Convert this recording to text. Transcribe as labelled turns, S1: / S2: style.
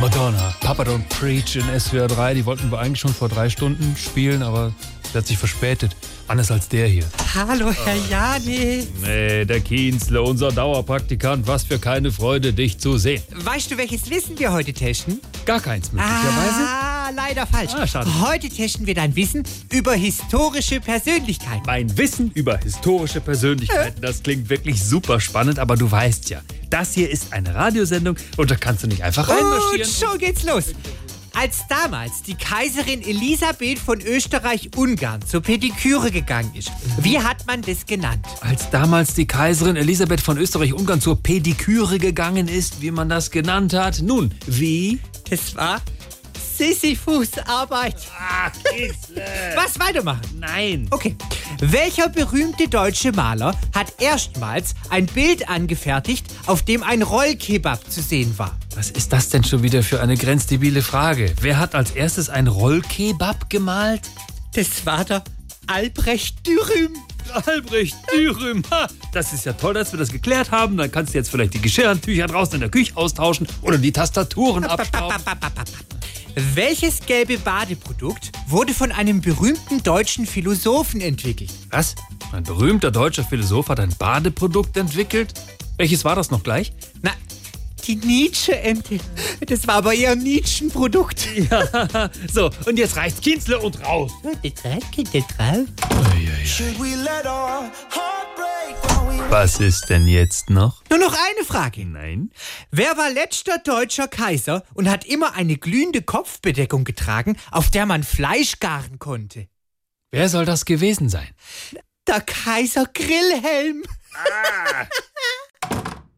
S1: Madonna, Papa Don't Preach in SWR 3. Die wollten wir eigentlich schon vor drei Stunden spielen, aber der hat sich verspätet. Anders als der hier.
S2: Hallo, Herr
S1: Ah.
S2: Jani.
S1: Nee, der Kienzle, unser Dauerpraktikant. Was für keine Freude, dich zu sehen.
S2: Weißt du, welches Wissen wir heute testen?
S1: Gar keins möglicherweise.
S2: Ah, leider falsch.
S1: Ah, schade.
S2: Heute testen wir dein Wissen über historische Persönlichkeiten.
S1: Mein Wissen über historische Persönlichkeiten, das klingt wirklich super spannend, aber du weißt ja, das hier ist eine Radiosendung und da kannst du nicht einfach
S2: Und
S1: reinmarschieren.
S2: schon geht's los. Als damals die Kaiserin Elisabeth von Österreich-Ungarn zur Pediküre gegangen ist,
S1: Mhm.
S2: wie hat man das genannt?
S1: Als damals die Kaiserin Elisabeth von Österreich-Ungarn zur Pediküre gegangen ist, wie man das genannt hat. Nun, wie?
S2: Das war Sisyphus-Arbeit.
S1: Ah, Kienzle!
S2: Was weitermachen?
S1: Nein!
S2: Okay. Welcher berühmte deutsche Maler hat erstmals ein Bild angefertigt, auf dem ein Rollkebab zu sehen war?
S1: Was ist das denn schon wieder für eine grenzdebile Frage? Wer hat als erstes ein Rollkebab gemalt?
S2: Das war der Albrecht Dürüm.
S1: Albrecht Dürüm. Ha, das ist ja toll, dass wir das geklärt haben. Dann kannst du jetzt vielleicht die Geschirrtücher draußen in der Küche austauschen oder die Tastaturen abstauben.
S2: Welches gelbe Badeprodukt wurde von einem berühmten deutschen Philosophen entwickelt?
S1: Was? Ein berühmter deutscher Philosoph hat ein Badeprodukt entwickelt? Welches war das noch gleich?
S2: Na, die Nietzsche-Ente. Das war aber eher ein Nietzschenprodukt.
S1: So, und jetzt reicht's Kienzle und raus.
S3: Should we let our heart break when we
S1: Was ist denn jetzt noch?
S2: Nur noch eine Frage.
S1: Nein.
S2: Wer war letzter deutscher Kaiser und hat immer eine glühende Kopfbedeckung getragen, auf der man Fleisch garen konnte?
S1: Wer soll das gewesen sein?
S2: Der Kaiser Grillhelm.